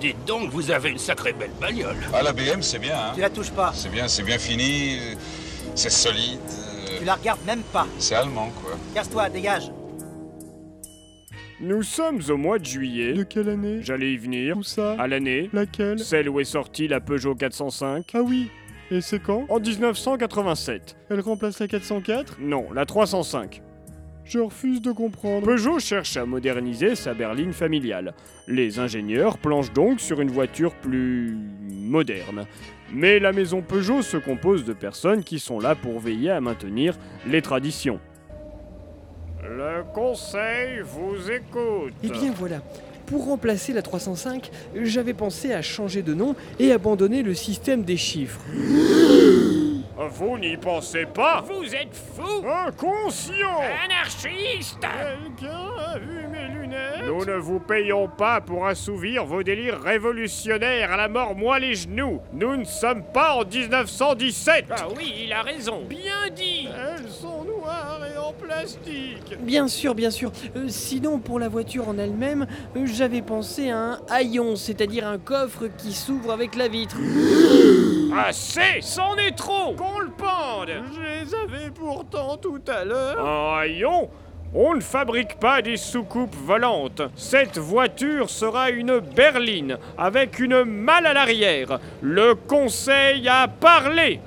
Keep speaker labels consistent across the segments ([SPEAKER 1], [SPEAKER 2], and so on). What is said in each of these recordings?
[SPEAKER 1] Dites donc, vous avez une sacrée belle bagnole.
[SPEAKER 2] Ah, la BM, c'est bien, hein
[SPEAKER 3] Tu la touches pas.
[SPEAKER 2] C'est bien, c'est bien fini, euh, c'est solide, euh,
[SPEAKER 3] Tu la regardes même pas.
[SPEAKER 2] c'est allemand, quoi.
[SPEAKER 3] Casse-toi, dégage.
[SPEAKER 4] Nous sommes au mois de juillet.
[SPEAKER 5] De quelle année
[SPEAKER 4] J'allais y venir.
[SPEAKER 5] Où ça Ah,
[SPEAKER 4] À l'année,
[SPEAKER 5] Laquelle
[SPEAKER 4] celle où est sortie la Peugeot 405.
[SPEAKER 5] Ah oui Et c'est quand
[SPEAKER 4] En 1987.
[SPEAKER 5] Elle remplace la 404
[SPEAKER 4] Non, la 305.
[SPEAKER 5] Je refuse de comprendre.
[SPEAKER 4] Peugeot cherche à moderniser sa berline familiale. Les ingénieurs planchent donc sur une voiture plus moderne. Mais la maison Peugeot se compose de personnes qui sont là pour veiller à maintenir les traditions. Le conseil vous écoute.
[SPEAKER 6] Eh bien voilà. Pour remplacer la 305, j'avais pensé à changer de nom et abandonner le système des chiffres.
[SPEAKER 4] Vous n'y pensez pas Vous êtes fou Inconscient
[SPEAKER 7] Anarchiste
[SPEAKER 5] Quelqu'un a vu mes lunettes
[SPEAKER 4] Nous ne vous payons pas pour assouvir vos délires révolutionnaires à la mort, moi les genoux Nous ne sommes pas en 1917
[SPEAKER 7] Ah oui, il a raison. Bien dit
[SPEAKER 5] Elles sont noires et en plastique
[SPEAKER 6] Bien sûr, bien sûr. Euh, sinon, pour la voiture en elle-même, euh, j'avais pensé à un haillon, c'est-à-dire un coffre qui s'ouvre avec la vitre.
[SPEAKER 4] Assez
[SPEAKER 7] C'en est trop
[SPEAKER 4] Qu'on le pende
[SPEAKER 5] Je les avais pourtant tout à l'heure
[SPEAKER 4] Un haillon on ne fabrique pas des soucoupes volantes. Cette voiture sera une berline avec une malle à l'arrière. Le conseil a parlé.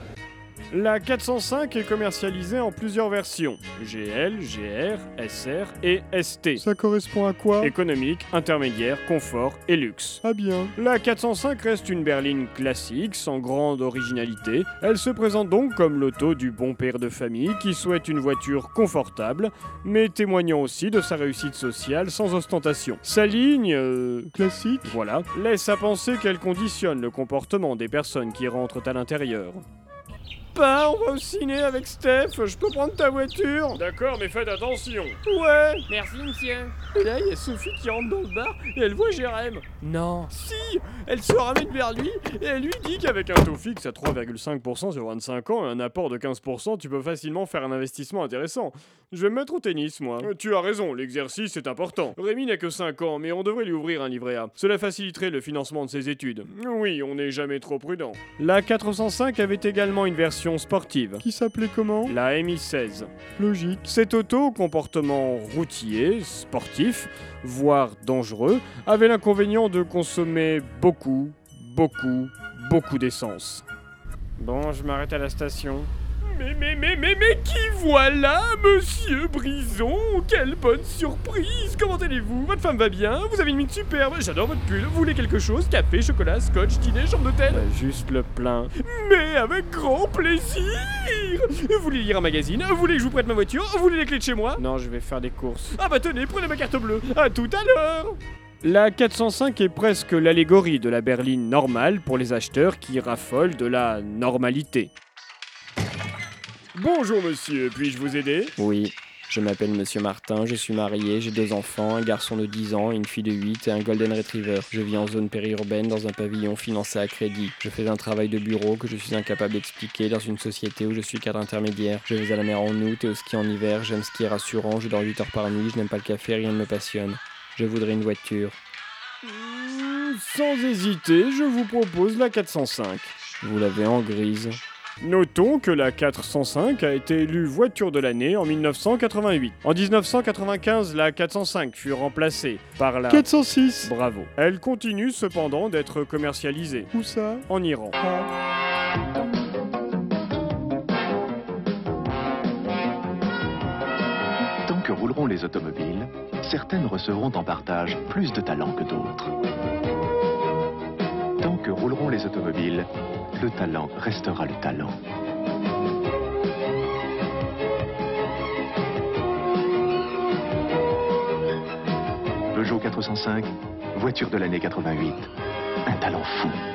[SPEAKER 4] La 405 est commercialisée en plusieurs versions GL, GR, SR et ST.
[SPEAKER 5] Ça correspond à quoi
[SPEAKER 4] Économique, intermédiaire, confort et luxe.
[SPEAKER 5] Ah bien
[SPEAKER 4] La 405 reste une berline classique, sans grande originalité. Elle se présente donc comme l'auto du bon père de famille qui souhaite une voiture confortable, mais témoignant aussi de sa réussite sociale sans ostentation. Sa ligne, euh,
[SPEAKER 5] Classique
[SPEAKER 4] voilà, laisse à penser qu'elle conditionne le comportement des personnes qui rentrent à l'intérieur.
[SPEAKER 5] Pas, on va au ciné avec Steph, je peux prendre ta voiture
[SPEAKER 4] D'accord, mais faites attention
[SPEAKER 5] Ouais
[SPEAKER 7] Merci, monsieur.
[SPEAKER 5] Et là, il y a Sophie qui rentre dans le bar et elle voit Jérém.
[SPEAKER 6] Non.
[SPEAKER 5] Si Elle se ramène vers lui et elle lui dit qu'avec
[SPEAKER 4] Avec un taux fixe à 3,5% sur 25 ans et un apport de 15%, tu peux facilement faire un investissement intéressant. Je vais me mettre au tennis, moi. Euh, Tu as raison, l'exercice est important. Rémi n'a que 5 ans, mais on devrait lui ouvrir un livret A. Cela faciliterait le financement de ses études. Oui, on n'est jamais trop prudent. La 405 avait également une version sportive.
[SPEAKER 5] qui s'appelait comment
[SPEAKER 4] La MI16.
[SPEAKER 5] Logique.
[SPEAKER 4] Cette auto, comportement routier, sportif, voire dangereux, avait l'inconvénient de consommer beaucoup, beaucoup, beaucoup d'essence. Bon, je m'arrête à la station.
[SPEAKER 5] Mais mais mais mais mais qui voilà, monsieur Brison Quelle bonne surprise Comment allez-vous Votre femme va bien Vous avez une mine superbe J'adore votre pull Vous voulez quelque chose Café, chocolat, scotch, dîner, chambre d'hôtel
[SPEAKER 4] juste le plein.
[SPEAKER 5] Mais avec grand plaisir Vous voulez lire un magazine Vous voulez que je vous prête ma voiture Vous voulez les clés de chez moi
[SPEAKER 4] Non, je vais faire des courses.
[SPEAKER 5] Ah bah tenez, prenez ma carte bleue À tout à l'heure
[SPEAKER 4] La 405 est presque l'allégorie de la berline normale pour les acheteurs qui raffolent de la normalité. Bonjour monsieur, puis-je vous aider
[SPEAKER 8] Oui, je m'appelle Monsieur Martin, je suis marié, j'ai deux enfants, un garçon de 10 ans, une fille de 8 et un golden retriever. Je vis en zone périurbaine dans un pavillon financé à crédit. Je fais un travail de bureau que je suis incapable d'expliquer dans une société où je suis cadre intermédiaire. Je vais à la mer en août et au ski en hiver, j'aime skier rassurant, je dors 8 heures par nuit, je n'aime pas le café, rien ne me passionne. Je voudrais une voiture.
[SPEAKER 4] Hmm, Sans hésiter, je vous propose la 405.
[SPEAKER 8] Vous l'avez en grise.
[SPEAKER 4] Notons que la 405 a été élue voiture de l'année en 1988. En 1995, la 405 fut remplacée par la
[SPEAKER 5] 406
[SPEAKER 4] Bravo. Elle continue cependant d'être commercialisée
[SPEAKER 5] Où ça Ah.
[SPEAKER 4] en Iran.
[SPEAKER 9] Tant que rouleront les automobiles, certaines recevront en partage plus de talent que d'autres. Tant que rouleront les automobiles, le talent restera le talent. Peugeot 405, voiture de l'année 88. Un talent fou.